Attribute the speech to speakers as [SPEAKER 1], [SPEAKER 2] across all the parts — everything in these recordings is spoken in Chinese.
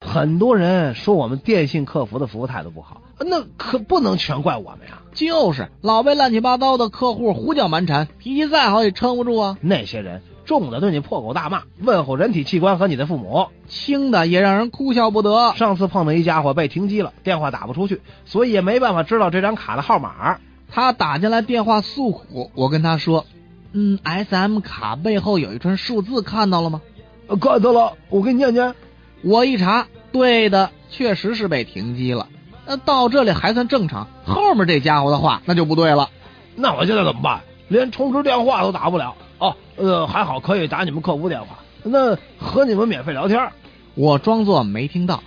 [SPEAKER 1] 很多人说我们电信客服的服务态度不好，那可不能全怪我们呀。
[SPEAKER 2] 就是老被乱七八糟的客户胡搅蛮缠，脾气再好也撑不住啊。
[SPEAKER 1] 那些人重的对你破口大骂，问候人体器官和你的父母。
[SPEAKER 2] 轻的也让人哭笑不得。
[SPEAKER 1] 上次碰到一家伙被停机了，电话打不出去，所以也没办法知道这张卡的号码。
[SPEAKER 2] 他打进来电话诉苦，我跟他说：“嗯，S M 卡背后有一串数字，看到了吗
[SPEAKER 1] 呃看到了，我给你念念。？”
[SPEAKER 2] 我一查，对的，确实是被停机了。那到这里还算正常，后面这家伙的话那就不对了。
[SPEAKER 1] 那我现在怎么办？连充值电话都打不了。哦，呃，还好可以打你们客服电话，那和你们免费聊天。
[SPEAKER 2] 我装作没听到。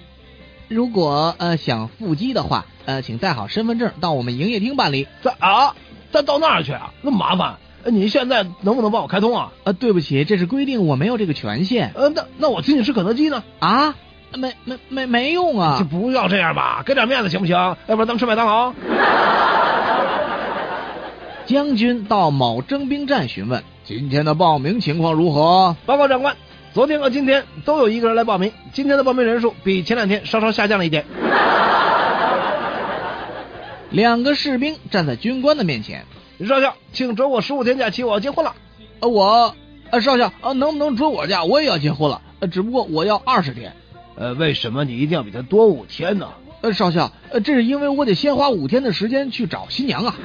[SPEAKER 2] 如果呃想付机的话，呃，请带好身份证到我们营业厅办理。
[SPEAKER 1] 这啊，咱到那儿去啊，那么麻烦。呃你现在能不能帮我开通啊？
[SPEAKER 2] 呃，对不起，这是规定，我没有这个权限
[SPEAKER 1] 呃，那那我请你吃肯德基呢？
[SPEAKER 2] 啊。没没没没用
[SPEAKER 1] 就
[SPEAKER 2] 啊！
[SPEAKER 1] 不要这样吧，给点面子行不行？要不然咱们吃麦当劳。
[SPEAKER 2] 将军到某征兵站询问今天的报名情况如何？
[SPEAKER 1] 报告长官，昨天和今天都有一个人来报名，今天的报名人数比前两天稍稍下降了一点。
[SPEAKER 2] 两个士兵站在军官的面前，
[SPEAKER 1] 少校，请准我十五天假期，我要结婚了。
[SPEAKER 2] 呃，我，呃，少校，呃，能不能准我假？我也要结婚了，呃，只不过我要二十天。
[SPEAKER 1] 呃，为什么你一定要比他多五天呢？
[SPEAKER 2] 呃，少校，呃，这是因为我得先花五天的时间去找新娘啊。